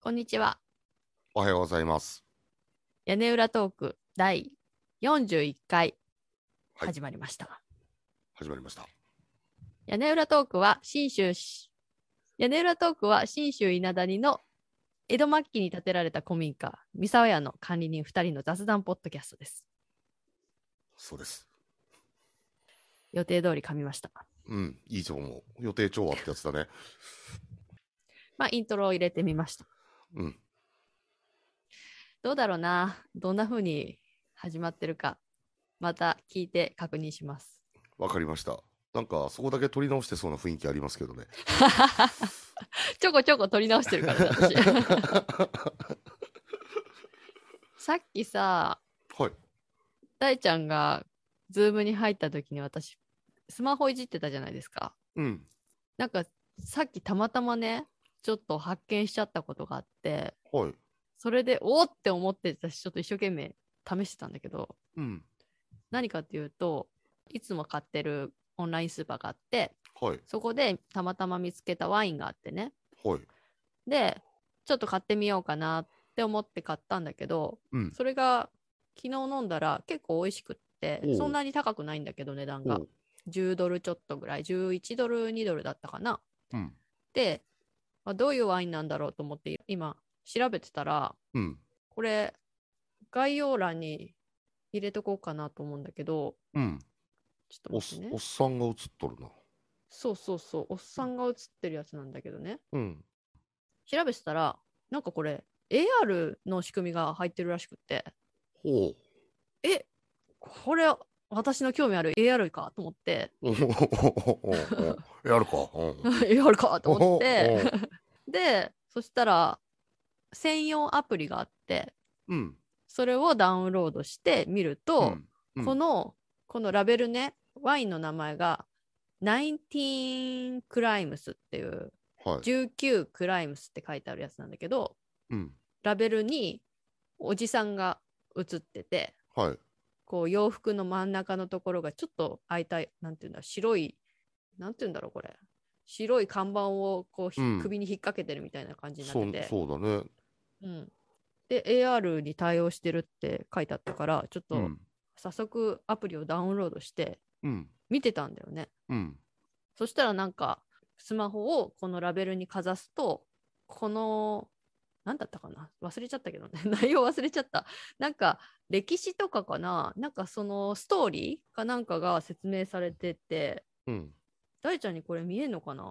こんにちは。おはようございます。屋根裏トーク第41回はい始まりました。始まりました。屋根裏トークは信州し屋根裏トークは信州稲谷の江戸末期に建てられた古民家三沢屋の管理人2人の雑談ポッドキャストです。そうです。予定通り噛みました。うん、いいと思う。予定調和ってやつだね。まあイントロを入れてみました。うん。どうだろうな。どんな風に始まってるか。また聞いて確認します。わかりました。なんか、そこだけ取り直してそうな雰囲気あります けどね。ちょこちょこ取り直してるからね私。 さっきさ、はい。大ちゃんがズームに入った時に私、スマホいじってたじゃないですか。うん。なんかさっきたまたまね、ちょっと発見しちゃったことがあって、はい。それでおーって思ってたし、ちょっと一生懸命試してたんだけど、うん。何かっていうと、いつも買ってるオンラインスーパーがあって、はい。そこでたまたま見つけたワインがあってね。はい。でちょっと買ってみようかなって思って買ったんだけどうん。それが昨日飲んだら結構美味しくっておうそんなに高くないんだけど値段がおう10ドルちょっとぐらい11ドル2ドルだったかなうん。で、まあどういうワインなんだろうと思って今調べてたらうん。これ概要欄に入れとこうかなと思うんだけどうん。ちょっとおっ待すっておねっさんが映っとるな。そうそうそうおっさんが写ってるやつなんだけどねうん。調べてたらなんかこれ AR の仕組みが入ってるらしくってほう。えこれ私の興味ある AR かと思って おおおおおやるか。うん。 AR かと思っおてうおうでそしたら専用アプリがあってうん。それをダウンロードして見るうと、ん。うんこのこのラベルねワインの名前が19クライムスっていうはい。 19クライムスって書いてあるやつなんだけどうん。ラベルにおじさんが写ってて、はい。こう洋服の真ん中のところがちょっと開いたなんていうんだ白いなんていうんだろうこれ白い看板をこうひ、うん首に引っ掛けてるみたいな感じになそっうててそうだね。うん、で AR に対応してるって書いてあったからちょっうとん。早速アプリをダウンロードしてうん。見てたんだよねうん。そしたらなんかスマホをこのラベルにかざすとこの何だったかな忘れちゃったけどね 内容忘れちゃったなんか歴史とかかななんかそのストーリーかなんかが説明されててうん。大ちゃんにこれ見えんのかな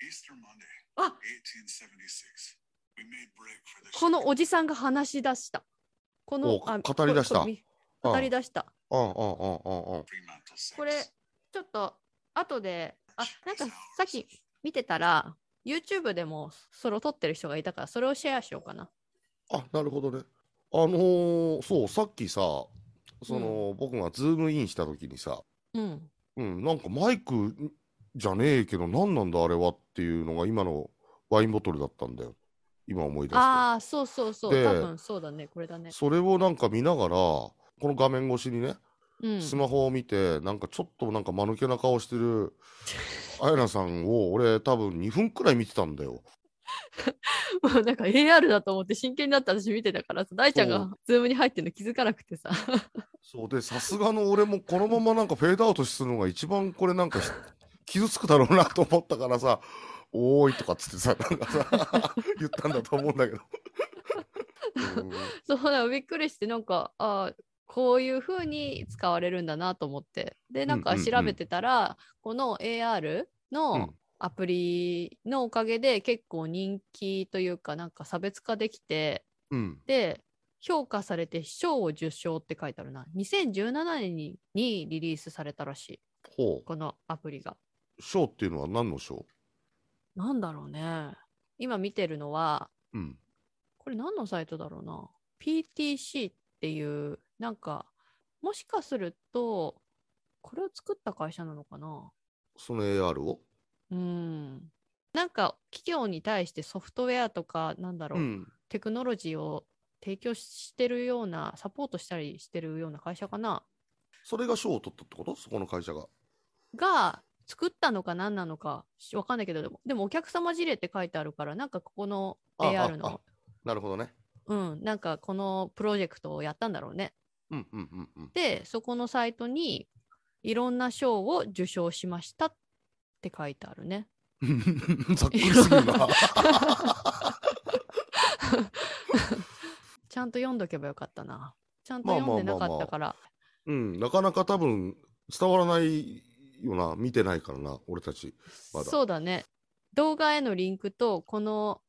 Easter Monday, Ah. 1876. We made break for the このおじさんが話し出したこのお語り出したこれこれ語り出したああ、ああ、ああ。 Fremantle sex. これちょっと後であなんかさっき見てたら YouTube でもそれを撮ってる人がいたからそれをシェアしようかなあ、なるほどね。あのーそう、さっきさ、その、僕がズームインした時にさ、うんうん、なんかマイクじゃねえけど、何なんだあれはっていうのが今のワインボトルだったんだよ。今思い出して。ああ、そうそうそう。で多分そうだね、これだね。それをなんか見ながら、この画面越しにね、うん。スマホを見て、なんかちょっとなんか間抜けな顔してる、あやなさんを俺多分2分くらい見てたんだよ。 もうなんか AR だと思って真剣になった私見てたからさ、大ちゃんそがズームに入ってるの気づかなくてさ。そうで、さすがの俺もこのままなんかフェードアウトするのが一番これなんかひ 傷つくだろうなと思ったからさ、 おーいとかっつってさ、なんかさ、 言ったんだと思うんだけど。 うんそうなんかびっくりして、なんか、ああ、こういう風に使われるんだなと思って。で、なんうんかうんうん調べてたら、この AR うのんアプリのおかげで結構人気というか、なんか差別化できて、うん、で、評価されて賞を受賞って書いてあるな。2017年ににリリースされたらしい、ほう。このアプリが。賞っていうのは何の賞なんだろうね。今見てるのは、うん。これ何のサイトだろうな。PTC っていう、なんか、もしかすると、これを作った会社なのかなその AR をうん。なんか、企業に対してソフトウェアとか、なんだろう、ん。テクノロジーを提供してるような、サポートしたりしてるような会社かなそれが賞を取ったってことそこの会社が。が、作ったのか何なのかしわかんないけどでもでもお客様事例って書いてあるからなんかここの AR あああのなるほどね。うんなんかこのプロジェクトをやったんだろうねうんうんうんうん。 でそこのサイトにいろんな賞を受賞しましたって書いてあるねざっくりすぎる な。ちゃんと読んどけばよかったなちゃんとまあまあ読んでなかまあっまたあから、うん、なかなか多分伝わらないよな、見てないからな、俺たち。まだそうだね動画へのリンクとこの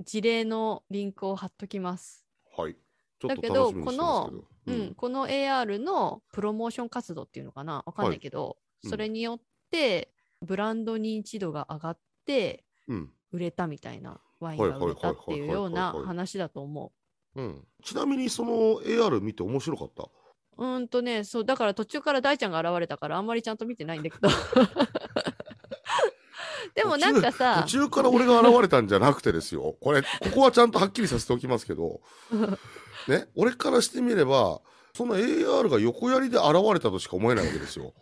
事例のリンクを貼っときますはい。ちょっだけとど楽しみにしてますけど。うんこの AR のプロモーション活動っていうのかなわかんないけど、うんそれによってブランド認知度が上がってうん。売れたみたいなワインはいがはい売れたっていうようはいはいはいなはいはい話だと思うん。ちなみにその AR 見て面白かった。う。うーんとねそうだから途中から大ちゃんが現れたからあんまりちゃんと見てないんだけど でもなんかさ途中から俺が現れたんじゃなくてですよ。これ、ここはちゃんとはっきりさせておきますけど、ね、俺からしてみれば、その AR が横やりで現れたとしか思えないわけですよ。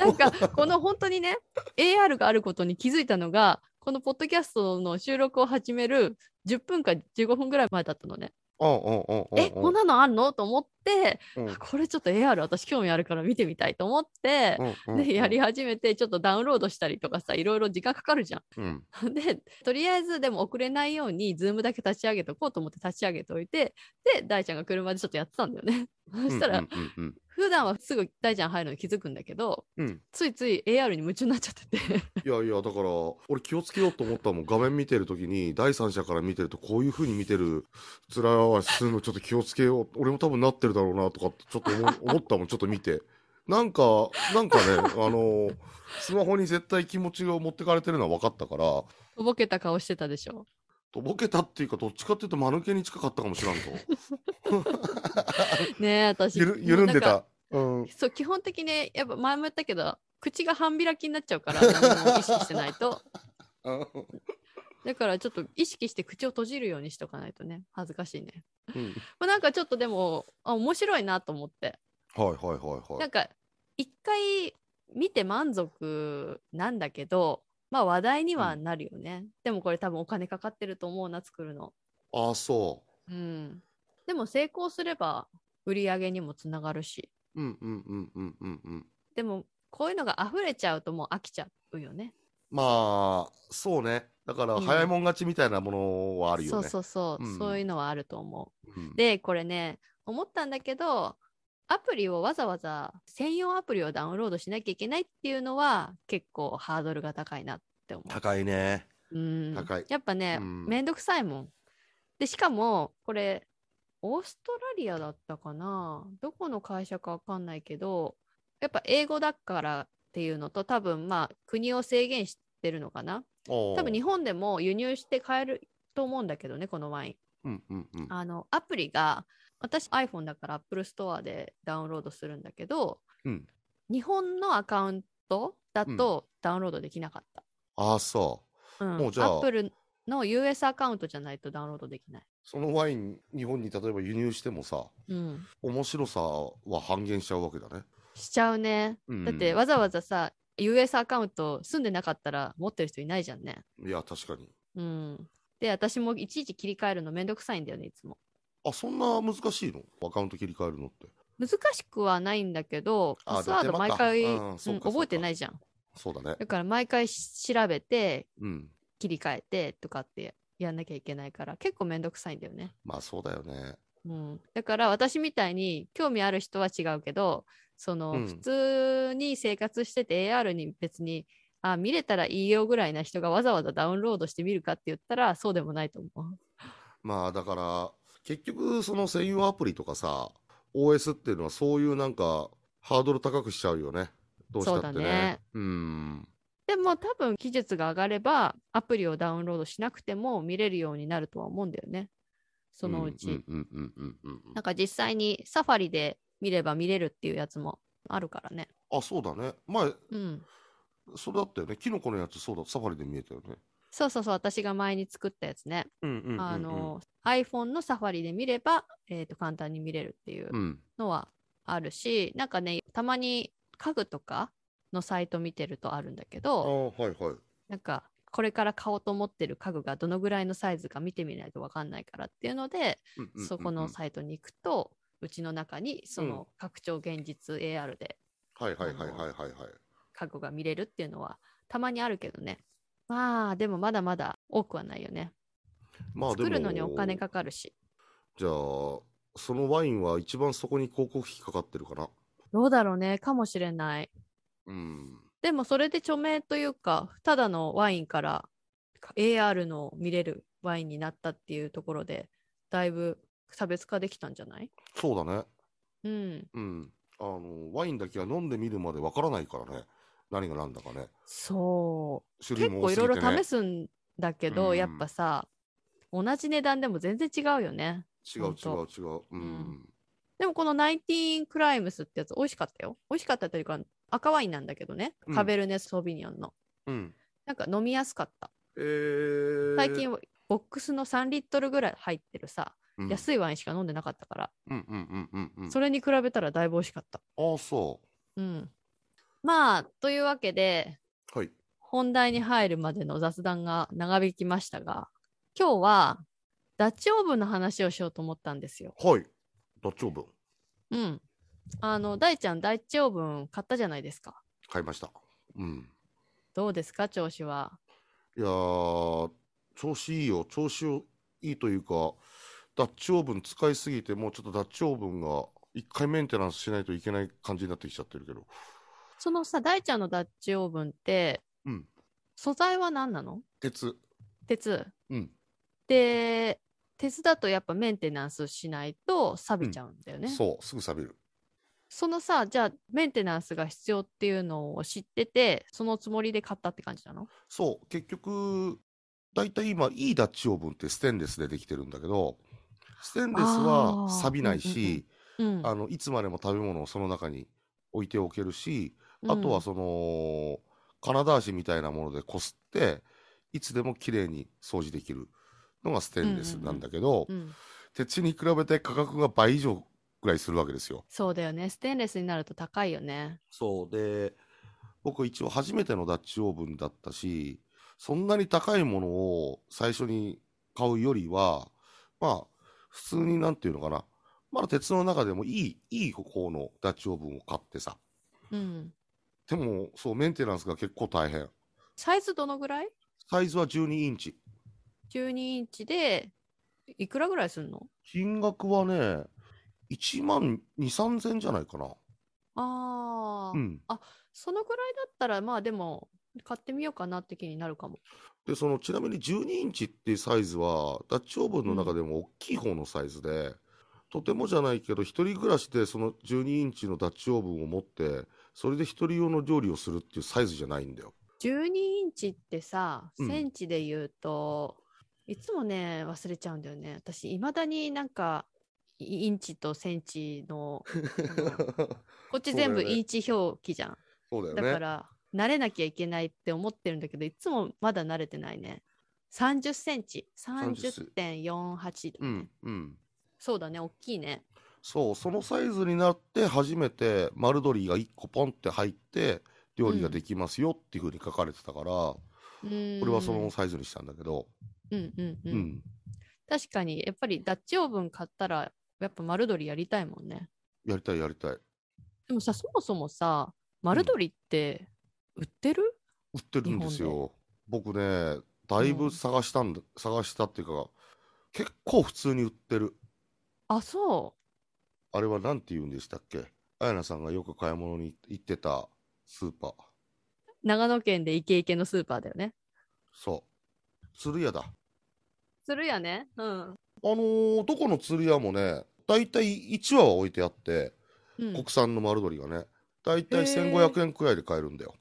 なんかこの本当にね AR があることに気づいたのがこのポッドキャストの収録を始める10分か15分ぐらい前だったのね。うんうんうんうんうん。えこんなのあんのと思って、うんあこれちょっと AR 私興味あるから見てみたいと思って、うんうんでやり始めてちょっとダウンロードしたりとかさいろいろ時間かかるじゃうん。ん。 でとりあえずでも遅れないように Zoom だけ立ち上げとこうと思って立ち上げておいてで大ちゃんが車でちょっとやってたんだよね。 そしたら、うんうんうん普段はすぐ大ちゃん入るのに気づくんだけどうんうんついつい AR に夢中になっちゃってて。 いやいやだから俺気をつけようと思ったもん画面見てる時に第三者から見てるとこういう風に見てる面合わせするのちょっと気をつけよう俺も多分なってるだろうなとかってちょっと思 思ったもんちょっと見てなんかなんかねあのスマホに絶対気持ちを持ってかれてるのは分かったからとぼけた顔してたでしょ。とぼけたっていうかどっちかっていうと間抜けに近かったかも しらんとねえ、私。ゆる緩んでなんか。たうんそう、基本的にね、やっぱ前も言ったけど、口が半開きになっちゃうから、何も意識してないと。 だからちょっと意識して口を閉じるようにしとかないとね、恥ずかしいね。うんまあ、なんかちょっとでも、あ、面白いなと思って。はいはいはいはないんか、一回見て満足なんだけど、まあ話題にはなるよね。でもこれ多分お金かかってると思うな、作るの。ああそうん。でも成功すれば売り上げにもつながるし。ううんうんうんうんうんうんでもこういうのが溢れちゃうともう飽きちゃうよね。まあ、そうね。だから、うん早いもん勝ちみたいなものはあるよね。そうそうそう、うんそういうのはあると思うんう。でこれね思ったんだけどアプリをわざわざ専用アプリをダウンロードしなきゃいけないっていうのは結構ハードルが高いなって思う。高いね。うん、高いやっぱね、うんめんどくさいもん。でしかもこれオーストラリアだったかなどこの会社かわかんないけどやっぱ英語だからっていうのと多分まあ国を制限してるのかな多多分日本でも輸入して買えると思うんだけどねこのワインうんうんうん。あのアプリが私 iPhone だから Apple Store でダウンロードするんだけど、うん日本のアカウントだとダウンロードできなかった、ああ、そう。うんもうじゃあ Apple の US アカウントじゃないとダウンロードできない、そのワイン、日本に例えば輸入してもさ、うん、面白さは半減しちゃうわけだね。しちゃうね、うんだってわざわざさ US アカウント住んでなかったら持ってる人いないじゃんねいや、確かに。うんで私もいちいち切り替えるのめんどくさいんだよねいつもあ、そんな難しいのアカウント切り替えるのって。難しくはないんだけど、あパスワーじゃあド毎手間か回、うんうんそうかそうか覚えてないじゃん。そうだね。だから毎回し調べて、うん。切り替えてとかってやんなきゃいけないから、結構めんどくさいんだよね。まあ、そうだよね。うん、だから私みたいに興味ある人は違うけど、その、うん普通に生活してて AR に別に、あ、見れたらいいよぐらいな人がわざわざダウンロードしてみるかって言ったら、そうでもないと思う。まあ、だから、結局、その専用アプリとかさ、OS っていうのはそういうなんか、ハードル高くしちゃうよね。どうしたってそうだねね。うん。でも多分技術が上がれば、アプリをダウンロードしなくても見れるようになるとは思うんだよね。そのうち。うんうんうんうんうんうんなんか実際にサファリで見れば見れるっていうやつもあるからね。あそうだね前うん。それだったよねキノコのやつそうだサファリで見えたよねそうそうそう、私が前に作ったやつね。うんうんあの、iPhone のサファリで見れば、えっ、と、簡単に見れるっていううんのはあるし、なんかね、たまに家具とかのサイト見てるとあるんだけあど、ーはいはい。なんかこれから買おうと思ってる家具がどのぐらいのサイズか見てみないと分かんないからっていうので、うんうんうんうんそこのサイトに行くとうちの中にその拡張現実 AR ではいはいはいはいはいはい。家具が見れるっていうのはたまにあるけどねまあでもまだまだ多くはないよねまあでも作るのにお金かかるしじゃあそのワインは一番そこに広告費かかってるかな。どうだろうねかもしれないうん。でもそれで著名というかただのワインから AR の見れるワインになったっていうところでだいぶ差別化できたんじゃないそうだね。うんうん。あのワインだけは飲んでみるまでわからないからね。何が何だかね。そう種類結も多構すいぎろていね。ろ試すんだけど、うんやっぱさ同じ値段でも全然違うよね違うほん違うと違う。うん。うんでもこのナインティーンクライムスってやつ美味しかったよ美味しかったというか赤ワインなんだけどね、うんカベルネ・ソビニョンのうん。なんか飲みやすかったえー、最近ボックスの3リットルぐらい入ってるさ、うん、安いワインしか飲んでなかったから、うんうんうんうんうん。それに比べたらだいぶ美味しかったああそうんまあというわけでう。はい。本題に入るまでの雑談が長引きましたが今日はダチョウ部の話をしようと思ったんですよ。はい。ダッチオーブンうん。あの大ちゃんダチョウ分買ったじゃないですか。買いました。うん。どうですか調子は。いやー、調子いいよ。調子いいというか、ダッチオーブン使いすぎて、もうちょっとダッチオーブンが一回メンテナンスしないといけない感じになってきちゃってるけど。そのさ大ちゃんのダチョウ分ってうん。素材は何なの鉄。鉄。うん。で鉄だとやっぱメンテナンスしないと錆びちゃうんだよね。そう。すぐ錆びる。そのさじゃあメンテナンスが必要っていうのを知っててそのつもりで買ったって感じなのそう。結局、だいたい今、いいダッチオーブンってステンレスでできてるんだけど、ステンレスあはー錆びないうんうんうんし、うん。あのいつまでも食べ物をその中に置いておけるし、あとはその金ダーシみたいなものでこすっていつでも綺麗に掃除できるのがステンレスなんだけど、うん、うん鉄に比べて価格が倍以上ぐらいするわけですよ。そうだよねステンレスになると高いよね。そうで僕一応初めてのダッチオーブンだったしそんなに高いものを最初に買うよりはまあ普通になんていうのかなまだ鉄の中でもいいいい方のダッチオーブンを買ってさうん。でもそうメンテナンスが結構大変サイズどのぐらいサイズは12インチ ?12 インチでいくらぐらいするの金額はね1万2 3 0 0 0じゃないかなああ、うんそのぐらいだったらまあでも買ってみようかなって気になるかも。でそのちなみに12インチっていうサイズはダッチオーブンの中でも大きい方のサイズで、とてもじゃないけど一人暮らしでその12インチのダッチオーブンを持ってそれで一人用の料理をするっていうサイズじゃない んだよ12インチってさ、うんセンチで言うといつもね忘れちゃうんだよね。私いまだになんかイインチとセンチのあのこっち全部そうだよねインチ表記じゃん。そうだだよかねら慣れなきゃいけないって思ってるんだけどいつもまだ慣れてないね。30センチ30 30.48だね、うんうんそうだね大きいね。そうそのサイズになって初めて丸鶏が1個ポンって入って料理ができますよっていうふうに書かれてたから、こ俺はそのサイズにしたんだけど、うんうんうん、うん確かにやっぱりダッチオーブン買ったらやっぱ丸鶏やりたいもんねやりたいやりたい売でもさそもそもさ丸鶏って売ってる、ってるんです日よ僕ねだいぶ探したんだ、探したっていうか結構普通に売ってるあそあれは何て言うんでしたっけあやなさんがよく買い物に行ってたスーパーう長野県でイケイケのスーパーだよねそう鶴屋だ鶴屋ねうん、あのーどこの鶴屋もねだいたい1羽は置いてあってうん国、産の丸鶏がねだいたいへー1500円くらいで買えるんだよ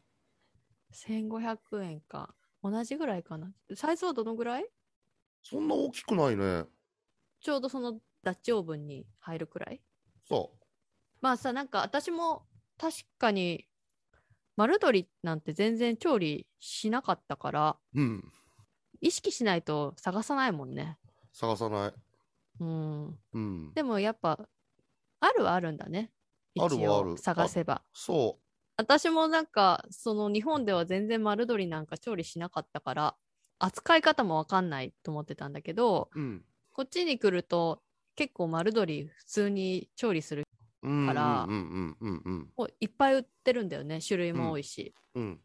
1500円か同じぐらいかなサイズはどのぐらいそんな大きくないねちょうどそのダッチオーブンに入るくらいそまあさなんか私も確かに丸鶏なんて全然調理しなかったからううん意識しないと探さないもんね。探さないうん、うんでもやっぱあるはあるんだね。あるはある一応探せば。そう私もなんかその日本では全然丸鶏なんか調理しなかったから扱い方もわかんないと思ってたんだけどうん。こっちに来ると結構丸鶏普通に調理するうん。からうんうんうんうんおいっぱい売ってるんだよね種類も多いし、うん。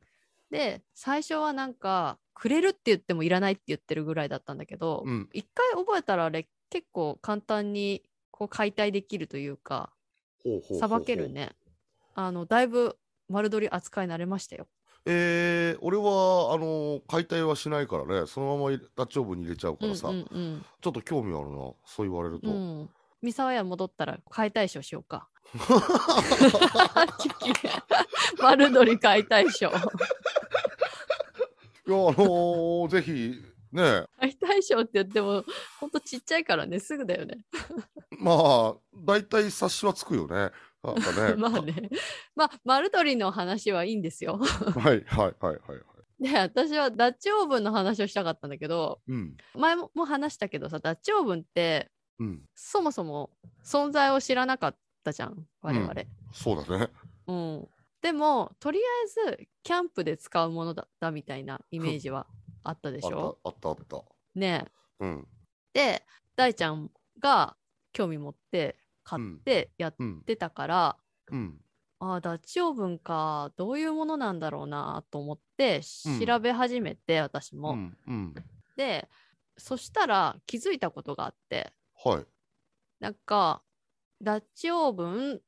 で最初はなんかくれるって言ってもいらないって言ってるぐらいだったんだけどうん。一、回覚えたらあれ結構簡単にこう解体できるというかほうほうほうほうさばける。ねあのだいぶ丸鶏扱い慣れましたよえー、俺は、あのー解体はしないからね、そのままいダッチオーブンに入れちゃうからさ、うんうんちょっと興味あるな、そう言われると。うんうん三沢屋戻ったら解体ショーしよう か 丸鶏解体ショーいや、あのーぜひ、ね、解体ショーって言ってもほんとちっちゃいからねすぐだよねまあ、大体察しはつくよね。なんかね。 まあねまあ丸鶏の話はいいんですよ はいはいはいはいはい。で私はダッチオーブンの話をしたかったんだけどうん。前もも話したけどさダッチオーブンってうん。そもそも存在を知らなかったじゃん我々、そうだね。うんでもとりあえずキャンプで使うものだったみたいなイメージはあったでしょあったあったあっねた。うん。えで大ちゃんが興味持って買ってやっうん。てたから、うん。ああダッチオーブンかどういうものなんだろうなと思ってうん調べ始めて、私うも、ん。うん。でそしたら気づいたことがあってはい。なんかダッチオーブン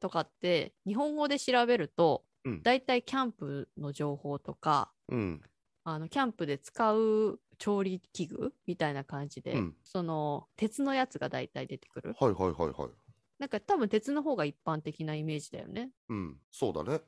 とかって日本語で調べるとうん。だいたいキャンプの情報とかうん。あのキャンプで使う調理器具みたいな感じで、うんその鉄のやつがだいたい出てくるはいはいはいはい。なんか多分鉄の方が一般的なイメージだよねうん。そうだね。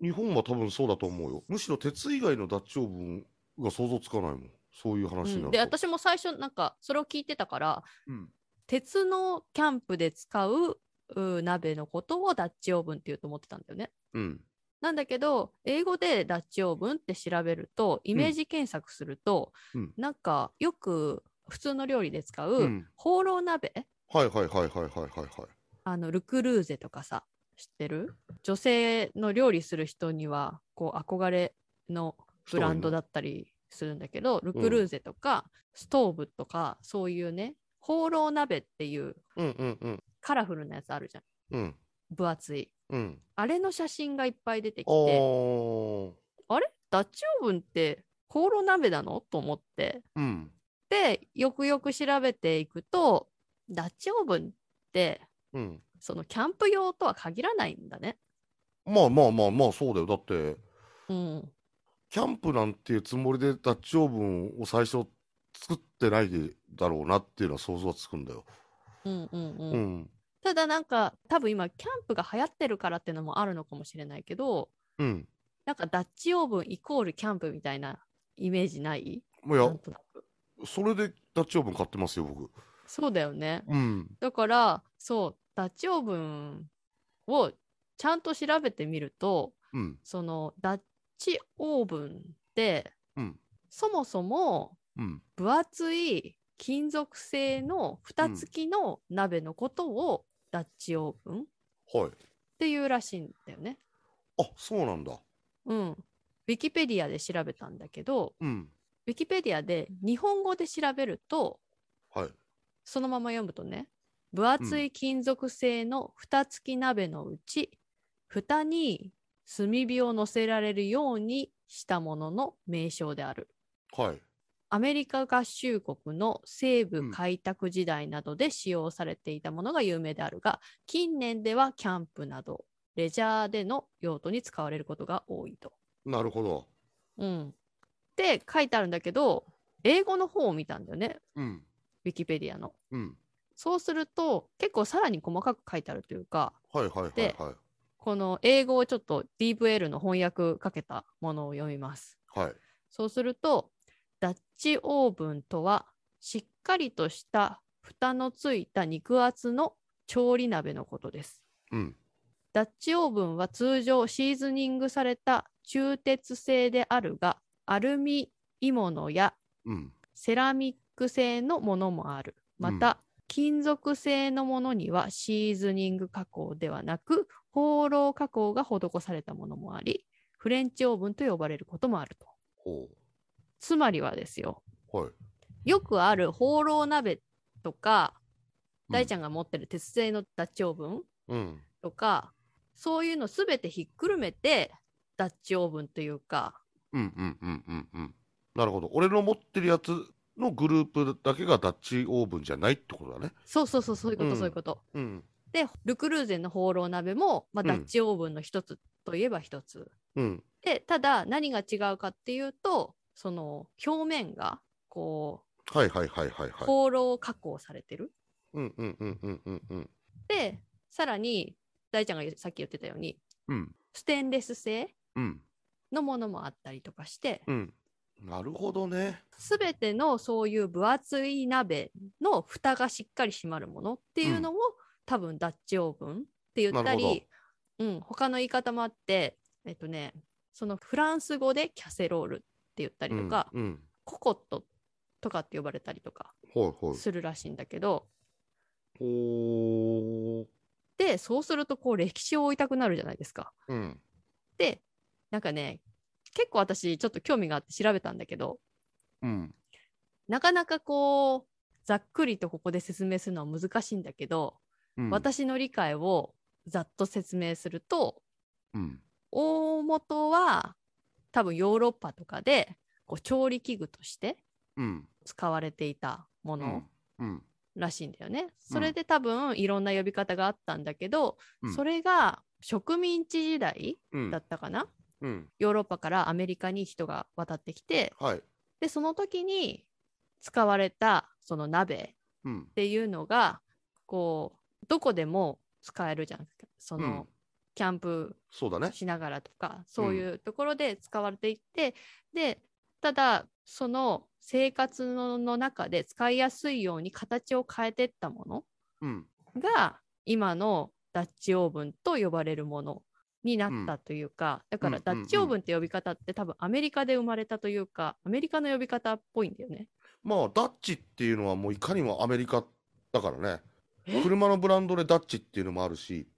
日本は多分そうだと思うよ。むしろ鉄以外のダッチオーブンが想像つかないもん。そういう話になると。うん、で私も最初なんかそれを聞いてたからうん。鉄のキャンプで使うう鍋のことをダッチオーブンっていうと思ってたんだよねうん。なんだけど英語でダッチオーブンって調べるとイメージ検索すると、うんなんかよく普通の料理で使うう、ん。ホーロー鍋はいはいはいはいはいはいはい。あのルクルーゼとかさ知ってる女性の料理する人にはこう憧れのブランドだったりするんだけどルクルーゼとか、ストーブとかそういうねホーロー鍋っていううんうんうん。カラフルなやつあるじゃんうん。分厚いうん。あれの写真がいっぱい出てきあてー。あれダッチオーブンってホーロー鍋なのと思ってうん。でよくよく調べていくとダッチオーブンってうん。そのキャンプ用とは限らないんだね。まあまあまあまあ、そうだよ。だって、うん、キャンプなんていうつもりでダッチオーブンを最初作ってないだろうなっていうのは想像はつくんだよ。うんうんうんうん。ただなんか多分今キャンプが流行ってるからってのもあるのかもしれないけどうん。なんかダッチオーブンイコールキャンプみたいなイメージないいなやん、となくそれでダッチオーブン買ってますよ、僕。そうだよねうん。だからそうダッチオーブンをちゃんと調べてみるとうん。そのダッチオーブンってうん。そもそもうん。分厚い金属製の蓋付きの鍋のことをダッチオーブンっはい。ていうらしいんだよね。あ、そうなんだ。うん。ウィキペディアで調べたんだけど、うん。ウィキペディアで日本語で調べると、はい。そのまま読むとね、分厚い金属製の蓋付き鍋のうち、蓋に炭火を乗せられるようにしたものの名称である。はい。アメリカ合衆国の西う部ん開拓時代などで使用されていたものが有名であるが、近年ではキャンプなどレジャーでの用途に使われることが多いと。なるほど。うん、って書いてあるんだけど英語の方を見たんだよねうん。ウィキペディアの。うん。そうすると結構さらに細かく書いてあるというかはいはいはいではこの英語をちょっと DeepL の翻訳かけたものを読みます。い。はい。そうするとダッチオーブンとはしっかりとした蓋のついた肉厚の調理鍋のことです。うん。ダッチオーブンは通常シーズニングされた鋳鉄製であるがアルミ鋳物やうん。セラミック製のものもある。また、金属製のものにはシーズニング加工ではなく放浪加工が施されたものもあり、フレンチオーブンと呼ばれることもあると。ほつまりはですよ、う。はい。よくある放浪鍋とか、うん大ちゃんが持ってる鉄製のダッチオーブンうん。とか、そういうのすべてひっくるめて、ダッチオーブンというか、うんうんうんうんうん。なるほど。俺の持ってるやつのグループだけがダッチオーブンじゃないってことだね。そうそうそう、そういうこと、うんそういうこと。うん。で、ルクルーゼンの放浪鍋も、まあ、うんダッチオーブンの一つといえば一つ。うん。で、ただ、何が違うかっていうと、その表面が、こはいはいはいはいはう、い。放浪加工されてる。うんうんうんうんうんうん。で、さらに、大ちゃんが言うさっき言ってたように、うん。ステンレス製うん。のものもあったりとかして、うん。なるほどね。すべてのそういう分厚い鍋の蓋がしっかり閉まるものっていうのを、多分ダッチオーブンって言ったなるほり、うん、他の言い方もあって、えっとね、そのフランス語でキャセロールって言ったりとか、うん。うんココットとかって呼ばれたりとかはいはい。するらしいんだけど、ほー。で、そうするとこう歴史を追いたくなるじゃないですか。うん。で、なんかね、結構私ちょっと興味があって調べたんだけど、うん。なかなかこうざっくりとここで説明するのは難しいんだけど、うん。私の理解をざっと説明するとうん。大元は多分ヨーロッパとかでこう調理器具としてうん。使われていたもうのん。うん。らしいんだよね。それで多分いろんな呼び方があったんだけど、それが植民地時代うんだったかな、うん。ヨーロッパからアメリカに人が渡ってきてはい。でその時に使われたその鍋うんっ。ていうのがこうどこでも使えるじゃんその、うんキャンプそうだね。しながらとかそういうところで使われていって、でただその生活のの中で使いやすいように形を変えていったものうん。が今のダッチオーブンと呼ばれるものになったというか、だからうんうんダうんッチオーブンって呼び方って多分アメリカで生まれたというかアメリカの呼び方っぽいんだよね。まあ、ダッチっていうのはもういかにもアメリカだからねえ。車のブランドでダッチっていうのもあるし、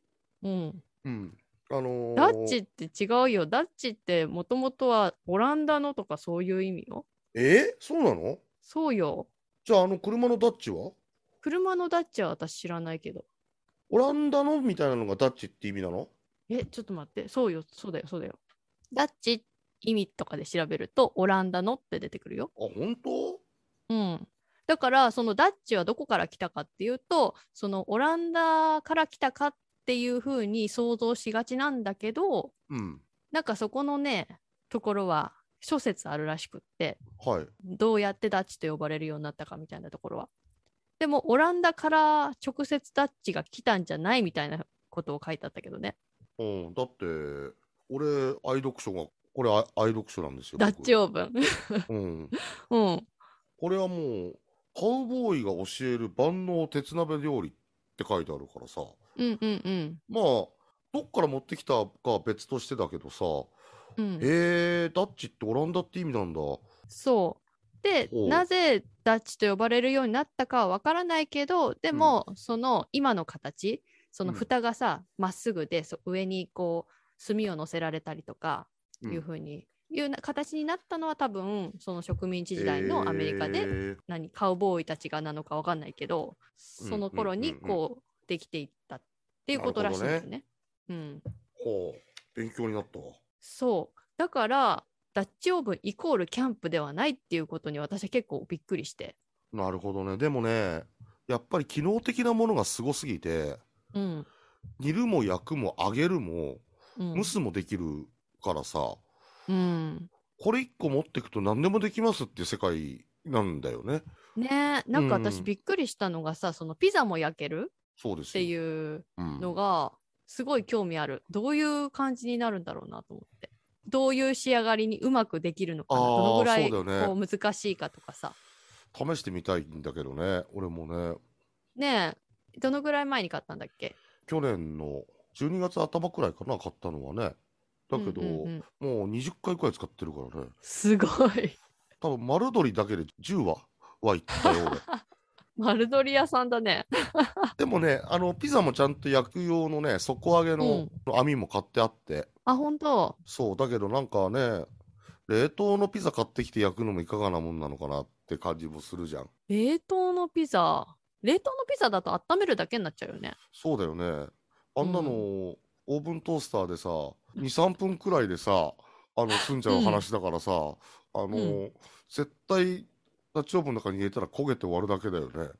うん、うん。あのーダッチって違うよ。ダッチってもともとはオランダのとかそういう意味よ。えそうなのそうよ。じゃああの車のダッチは車のダッチは私知らないけど。オランダのみたいなのがダッチって意味なのえ、ちょっと待って。そうよ。そうだよ。そうだよ。ダッチ意味とかで調べるとオランダのって出てくるよ。あ、本当うん。だからそのダッチはどこから来たかっていうとそのオランダから来たかっていうふうに想像しがちなんだけどうん。なんかそこのねところは諸説あるらしくってはい。どうやってダッチと呼ばれるようになったかみたいなところは。でもオランダから直接ダッチが来たんじゃないみたいなことを書いてあったけどね。うん、だって、俺、愛読書が、これあ愛読書なんですよ。ダッチを。オーブン。 うん。うん。これはもう、カウボーイが教える万能鉄鍋料理って書いてあるからさ。うんうんうん。まあ、どっから持ってきたかは別としてだけどさ、うん、へえ、ダッチってオランダって意味なんだ。そう。で、ほうなぜダッチと呼ばれるようになったかはわからないけど、でも、その今の形、そのうん蓋がさ、ま、っすぐで、そ上にこう、炭を乗せられたりとか、うんいうふうに、いうな形になったのは多分、その植民地時代のアメリカでへー何カウボーイたちがなのかわかんないけどその頃にうんうんうんうんこうできていったっていうことらしいんだよね。うん、ほう、勉強になったわ。そうだからダッチオーブンイコールキャンプではないっていうことに私は結構びっくりして、なるほどね。でもね、やっぱり機能的なものがすごすぎて、うん煮るも焼くも揚げるもうん蒸すもできるからさ、うん、これ一個持ってくと何でもできますっていう世界なんだよね。ねえなんかうんう私んびっくりしたのがさそのピザも焼けるそうですってう、いううん、のがすごい興味あるどういう感じになるんだろうなと思ってどういう仕上がりにうまくできるのかなあーどのぐらいそこうだよねう難しいかとかさ試してみたいんだけどね、俺もね、ねえどのぐらい前に買ったんだっけ去年の12月頭くらいかな、買ったのはね。だけど、うんうんうんもう20回くらい使ってるからね。すごい 多分丸鶏だけで10羽はいったよ、丸鶏屋さんだね。でもね、あの、ピザもちゃんと焼く用のね、底上げの網も買ってあって、あ、本当。そう、だけどなんかね、冷凍のピザ買ってきて焼くのもいかがなもんなのかなって感じもするじゃん。冷凍のピザ。冷凍のピザだと温めるだけになっちゃうよね。そうだよね。あんなの、うオーブントースターでさ、2、3分くらいでさ、あの、済んじゃう話だからさ、あの、うん絶対、タッチオーブンの中に入れたら焦げて終わるだけだよね。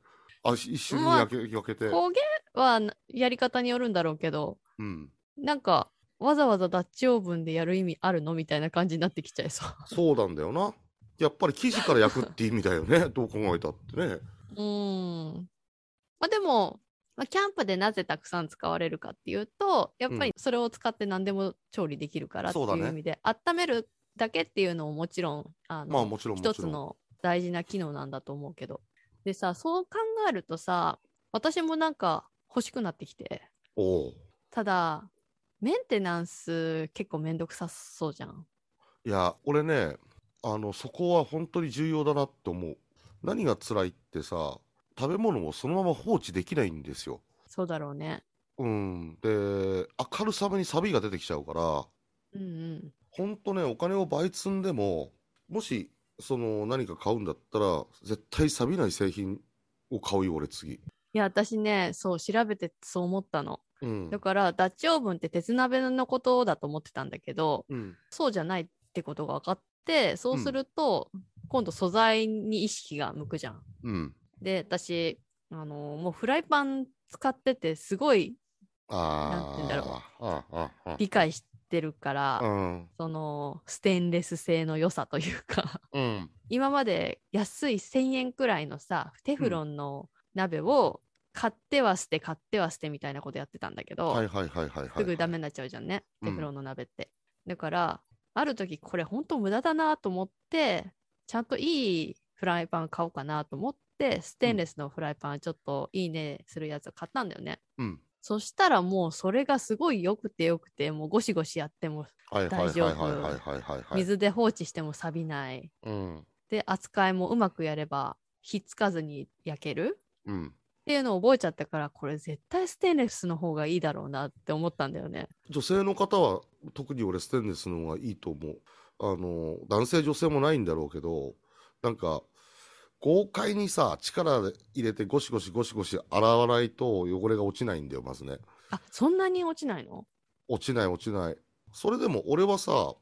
あ、し一瞬にまあ焼け、焼けて。焦げはなやり方によるんだろうけど、うん。なんか、わざわざダッチオーブンでやる意味あるのみたいな感じになってきちゃいそう。そうなんだよな。やっぱり生地から焼くって意味だよ ね。どう考えたってね。 うーん。まあでも、まあ、キャンプでなぜたくさん使われるかっていうと、やっぱりそれを使って何でも調理できるからっていそうだねう意味で、温めるだけっていうのももちろん、あの、まあもちろんも一ちつろん。の大事な機能なんだと思うけど。でさ、そう考えるとさ、私もなんか欲しくなってきて、おうただ、メンテナンス結構めんどくさそうじゃん。いや、俺ね、あの、そこは本当に重要だなって思う。何が辛いってさ、食べ物をそのまま放置できないんですよ。そうだろうね。うん。で、明るさまにサビが出てきちゃうから、うんうん。ほんとね、お金を倍積んでも、もし、その、何か買うんだったら、絶対錆びない製品を買うよ、俺次。いや、私ね、そう調べてそう思ったの。うんだ。からダッチオーブンって鉄鍋のことだと思ってたんだけどうん。そうじゃないってことが分かってそうすると、今度素材に意識が向くじゃん。うん。で私あのもうフライパン使っててすごいなんて言うんだろうああ、ああ、ああ。理解してるから、うん。そのステンレス製の良さというか うん。今まで安い1,000円くらいのさテフロンの鍋を買っては捨て買っては捨てみたいなことやってたんだけど、はいはいはいはいはい。すぐダメになっちゃうじゃんね、うんテフロンの鍋って。だからある時これ本当無駄だなと思ってちゃんといいフライパン買おうかなと思ってステンレスのフライパンちょっといいねするやつを買ったんだよね。うん。そしたらもうそれがすごい良くて良くてもうゴシゴシやってもはいはいはいはいはいはいはいはい。水で放置しても錆びない、うん。で扱いもうまくやればひっつかずに焼けるうん。っていうのを覚えちゃったからこれ絶対ステンレスの方がいいだろうなって思ったんだよね。女性の方は特に俺ステンレスの方がいいと思うあの男性女性もないんだろうけどなんか豪快にさ力入れてゴシゴシゴシゴシ洗わないと汚れが落ちないんだよまずねあそんなに落ちないの落ちない落ちないそれでも俺はさ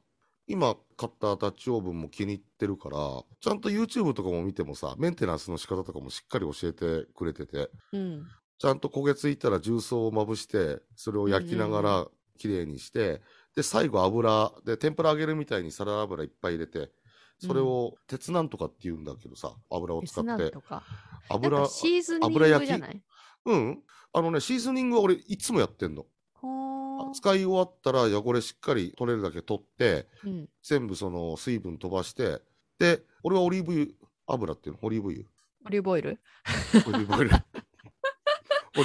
今買ったダッチオーブンも気に入ってるからちゃんと YouTube とかも見てもさメンテナンスの仕方とかもしっかり教えてくれててうん。ちゃんと焦げついたら重曹をまぶして、それを焼きながうんらきれいにして、で、最後油で天ぷら揚げるみたいにサラダ油いっぱい入れて、それを鉄なんとかって言うんだけどさ、油を使鉄っなんてと。か。なん油か、シーズニン油焼グきじゃないうん。あのね、シーズニングは俺いつもやってんの。ほー使い終わったら汚れしっかり取れるだけ取って、うん。全部その水分飛ばして、で、俺はオリーブ油、油っていうのオリーブ油。オリーブオイルオリー ブオイル。オリーブオイル。オ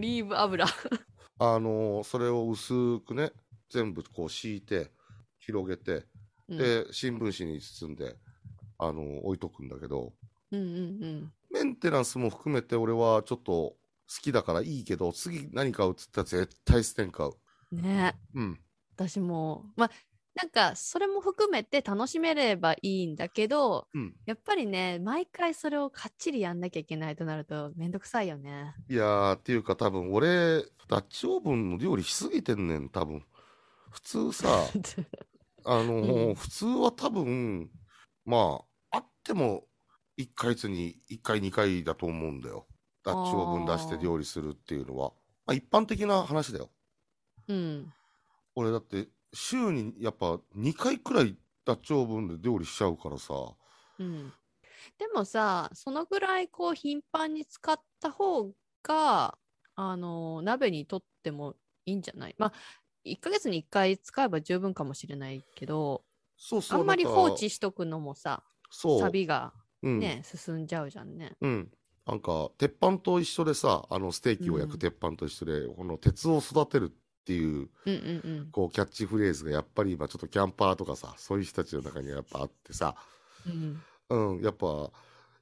リーブ油。あのーそれを薄くね全部こう敷いて広げて、うん、で新聞紙に包んで、あのー置いとくんだけどうんうんうん。メンテナンスも含めて俺はちょっと好きだからいいけど次何買うっつったら絶対ステン買うねうん私も、まあ、なんか、それも含めて楽しめればいいんだけど、うんやっぱりね、毎回それをかっちりやんなきゃいけないとなると、めんどくさいよね。 いやーっていうか多分俺ダッチオーブンの料理しすぎてんねん多分普通さあのーうん普通は多分まああっても1ヶ月に1回2回だと思うんだよダッチオーブン出して料理するっていうのはまあ、一般的な話だようん。俺だって週にやっぱ2回くらいダッチオーブンで料理しちゃうからさうん。でもさ、そのぐらいこう、頻繁に使った方が、あの、鍋にとってもいいんじゃないまあ、1ヶ月に1回使えば十分かもしれないけど、そうそあうんまりなん放か置しとくのもさ、そうサビがうんね、進んじゃうじゃんね。うん。なんか、鉄板と一緒でさ、あの、ステーキを焼うくん鉄板と一緒で、この鉄を育てるっていう、うんうんこう、キャッチフレーズがやっぱり今ちょっとキャンパーとかさ、そういう人たちの中にはやっぱあってさ、うん。うんうん、やっぱ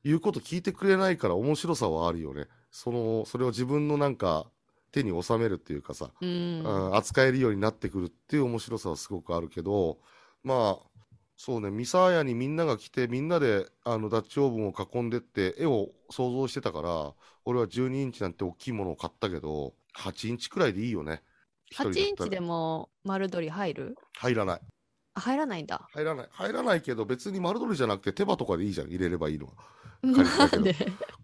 言うこと聞いてくれないから面白さはあるよね。その、それを自分のなんか手に収めるっていうかさ、うんうん、扱えるようになってくるっていう面白さはすごくあるけど、まあ、そうね、ミサーヤにみんなが来て、みんなであのダッチオーブンを囲んでって、絵を想像してたから、俺は12インチなんて大きいものを買ったけど、8インチくらいでいいよね。一人8だったらインチでも丸取り入る入らない。あ入らないんだ。入らない。入らないけど、別に丸取りじゃなくて手羽とかでいいじゃん、入れればいいのは。借りてな たけどんで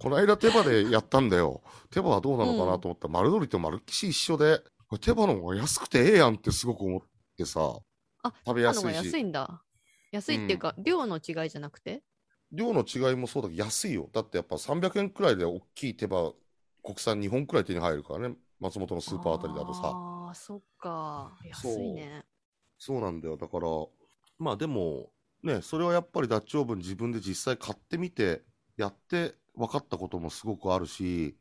この間手羽でやったんだよ。 手羽はどうなのかなと思ったら、丸鶏と丸岸一緒で、これ手羽の方が安くてええやんってすごく思ってさ、あ食べあやのすがい安し、いんだ。安いっていうか、量の違いじゃなくて量の違いもそうだけど安いよ。だってやっぱ300円くらいで大きい手羽、国産2本くらい手に入るからね、松本のスーパーあたりだとさ。ああ、そっか。安そういね。そうなんだよ。だから、まあでも、ね、それはやっぱりダッチオーブン自分で実際買ってみて、やって分かったこともすごくあるし、い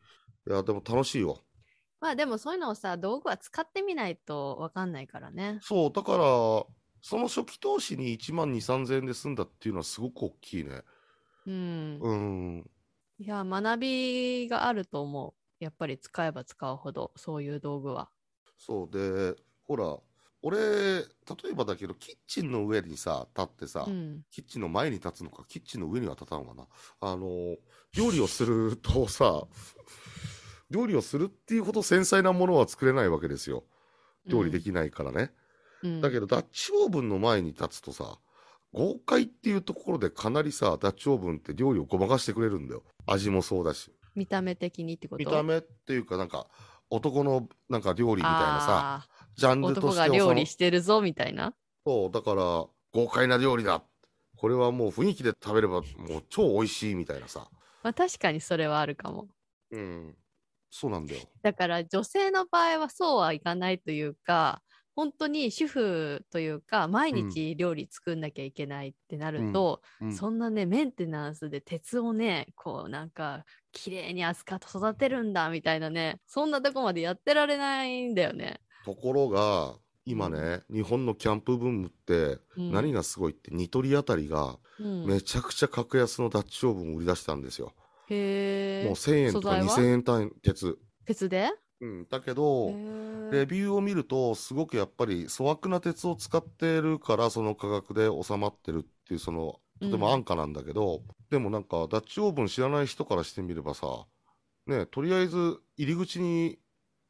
や、でも楽しいわ。まあでもそういうのをさ、道具は使ってみないとわかんないからね。そう、だから、その初期投資に1万2、3000円で済んだっていうのはすごく大きいね。うん。うん。いや、学びがあると思う。やっぱり使えば使うほど、そういう道具は。そうで、ほら、俺、例えばだけど、キッチンの上にさ、立ってさ、うん。キッチンの前に立つのか、キッチンの上には立たんわな。あの、料理をするとさ、 料理をするっていうほど繊細なものは作れないわけですよ。料理できないからね。うんだけど、ダッチオーブンの前に立つとさ、豪快っていうところでかなりさ、ダッチオーブンって料理をごまかしてくれるんだよ。味もそうだし。見た目的にってこと見た目っていうか、なんか、男のなんか料理みたいなさ、あジャンールと男してはがそ料の理してるぞみたいな。そう、だから、豪快な料理だ。これはもう雰囲気で食べればもう超美味しいみたいなさ。まあ確かにそれはあるかも。うん。そうなんだよ。だから女性の場合はそうはいかないというか本当に主婦というか毎日料理作んなきゃいけないってなると、うんそんなねメンテナンスで鉄をねこうなんか綺麗に扱って育てるんだみたいなねそんなとこまでやってられないんだよね。ところが、今ね、日本のキャンプブームってうん何がすごいって、ニトリあたりがうんめちゃくちゃ格安のダッチオーブンを売り出したんですよ。へもえう1000円とか素材は2000円単位鉄。鉄でうん、だけど、へーレビューを見るとすごくやっぱり粗悪な鉄を使ってるからその価格で収まってるっていうそのとても安価なんだけど、でもなんかダッチオーブン知らない人からしてみればさねとりあえず入り口に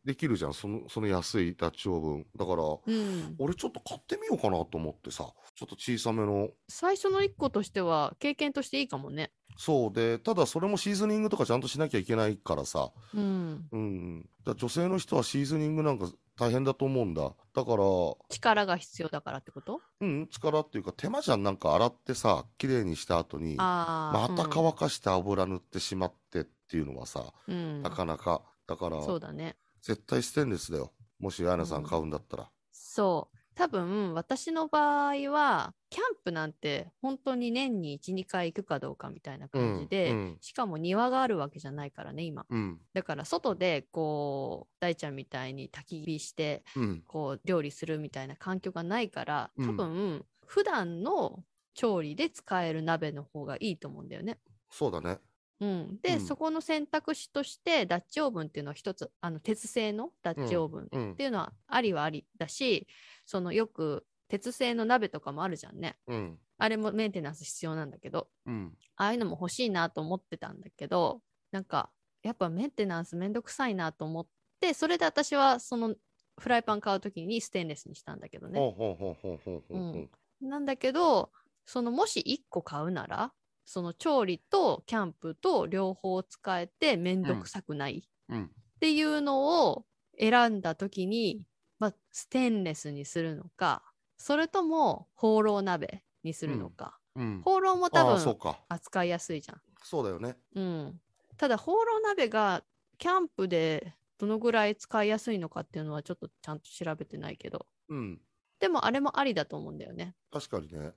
できるじゃんそのその安いダッチオーブンだからうん、俺ちょっと買ってみようかなと思ってさちょっと小さめの最初の一個としては経験としていいかもね。そうでただそれもシーズニングとかちゃんとしなきゃいけないからさうん、うんだから女性の人はシーズニングなんか大変だと思うんだだから力が必要だからってことうん、力っていうか手間じゃんなんか洗ってさ綺麗にした後にまああた乾かして油塗ってしまってっていうのはさ、うん、なかなかだからそうだね。絶対ステンレスだよもしアイナさん買うんだったら、そう。多分私の場合はキャンプなんて本当に年に12回行くかどうかみたいな感じで、うんしかも庭があるわけじゃないからね今うんだから外でこう大ちゃんみたいに焚き火してうんこう料理するみたいな環境がないからうん多分、普段の調理で使える鍋の方がいいと思うんだよね。そうだねうん、で、うんそこの選択肢としてダッチオーブンっていうのは一つあの鉄製のダッチオーブンうんっていうのはありはありだしそのよく鉄製の鍋とかもあるじゃんねうんあれもメンテナンス必要なんだけどうんああいうのも欲しいなと思ってたんだけどなんかやっぱメンテナンスめんどくさいなと思ってそれで私はそのフライパン買う時にステンレスにしたんだけどねほうほうほうほうほうほうほうなんだけどそのもし1個買うならその調理とキャンプと両方使えてめんどくさくない、うんっていうのを選んだ時に、まあ、ステンレスにするのかそれともホーロー鍋にするのか、うんホーローも多ああそう分か扱いやすいじゃん。そうだよねうん、ただホーロー鍋がキャンプでどのぐらい使いやすいのかっていうのはちょっとちゃんと調べてないけどうんでもあれもありだと思うんだよね。確かにね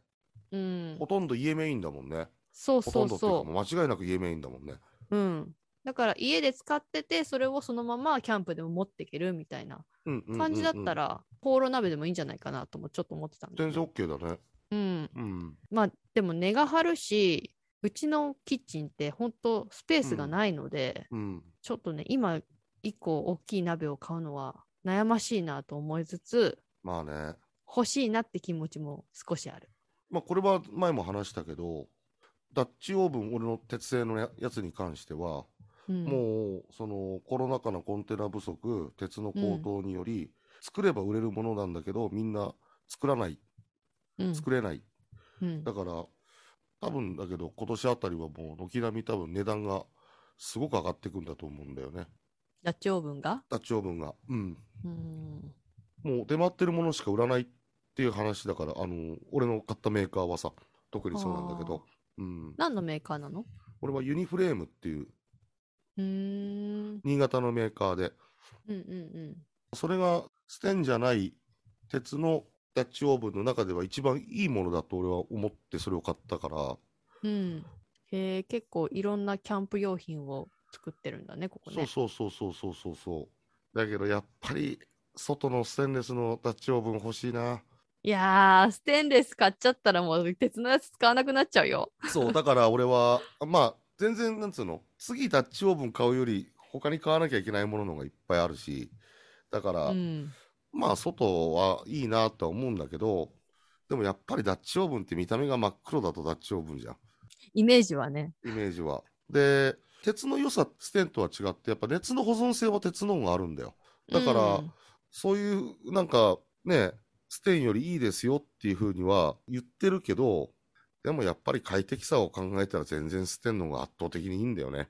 うんほ、とんど家メインだもんねそうほそとんうどっていうかそもう間違いなく家メインだもんねう。うん、だから家で使っててそれをそのままキャンプでも持っていけるみたいなうんうんうんうん感じだったら、ホーロー鍋でもいいんじゃないかなともちょっと思ってたんだけ全ど然 OK だねうん、うんまあでも根が張るしうちのキッチンって本当スペースがないので、うん。ちょっとね今一個大きい鍋を買うのは悩ましいなと思いつつまあね。欲しいなって気持ちも少しある。まあこれは前も話したけど、ダッチオーブン、俺の鉄製のややつに関しては、うん、もうそのコロナ禍のコンテナ不足、鉄の高騰により、作れば売れるものなんだけど、みんな作らない、うん、作れない。うんだから、多分だけど、今年あたりはもう軒並み多分値段がすごく上がっていくんだと思うんだよね。ダッチオーブンが、ダッチオーブンが。うん。うん、もう出回ってるものしか売らないっていう話だから、あの、俺の買ったメーカーはさ、特にそうなんだけど、うん。何のメーカーなの俺はユニフレームっていううーん新潟のメーカーで、うんうんそれがステンじゃない鉄のダッチオーブンの中では一番いいものだと俺は思ってそれを買ったから、うんうんへえ結構いろんなキャンプ用品を作ってるんだねここそうねそうそうそうそうそうそう。だけどやっぱり外のステンレスのダッチオーブン欲しいな。いやーステンレス買っちゃったらもう鉄のやつ使わなくなっちゃうよそう、だから俺は、まあ、全然、なんつうの、次ダッチオーブン買うより、他に買わなきゃいけないものの方がいっぱいあるし、だから、うんまあ、外はいいなとは思うんだけど、でもやっぱりダッチオーブンって見た目が真っ黒だとダッチオーブンじゃん、イメージはねイメージは。で、鉄の良さ、ステンとは違って、やっぱ熱の保存性は鉄の方があるんだよ。だから、うんそういう、なんかね、ステンよりいいですよっていうふうには言ってるけど、でもやっぱり快適さを考えたら全然ステンの方が圧倒的にいいんだよね。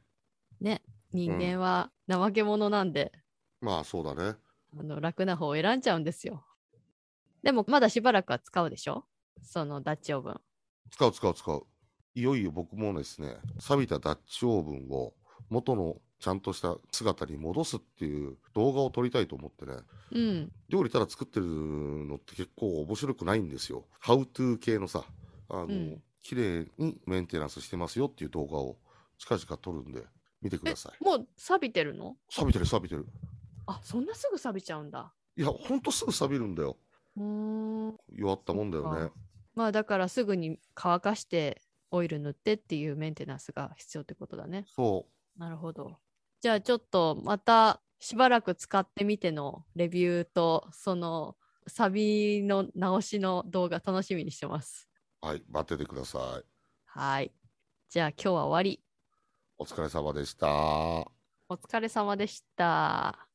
人間は怠け者なんで、まあそうだね。あの楽な方を選んじゃうんですよでもまだしばらくは使うでしょそのダッチオーブン使う使う使う。いよいよ僕もですね、錆びたダッチオーブンを元のちゃんとした姿に戻すっていう動画を撮りたいと思ってね、うん料理ただ作ってるのって結構面白くないんですよ。ハウトゥー系のさ、あの、ん綺麗にメンテナンスしてますよっていう動画を近々撮るんで、見てください。もう錆びてるの錆びてる錆びてる。あそんなすぐ錆びちゃうんだいや、ほんとすぐ錆びるんだよ。うーん弱ったもんだよそねっ。まあだからすぐに乾かしてオイル塗ってっていうメンテナンスが必要ってことだね。そなるほど。じゃあちょっとまたしばらく使ってみてのレビューとそのサビの直しの動画楽しみにしてます。う。はい、待っててください。はい。じゃあ今日は終わり。お疲れ様でした。お疲れ様でした。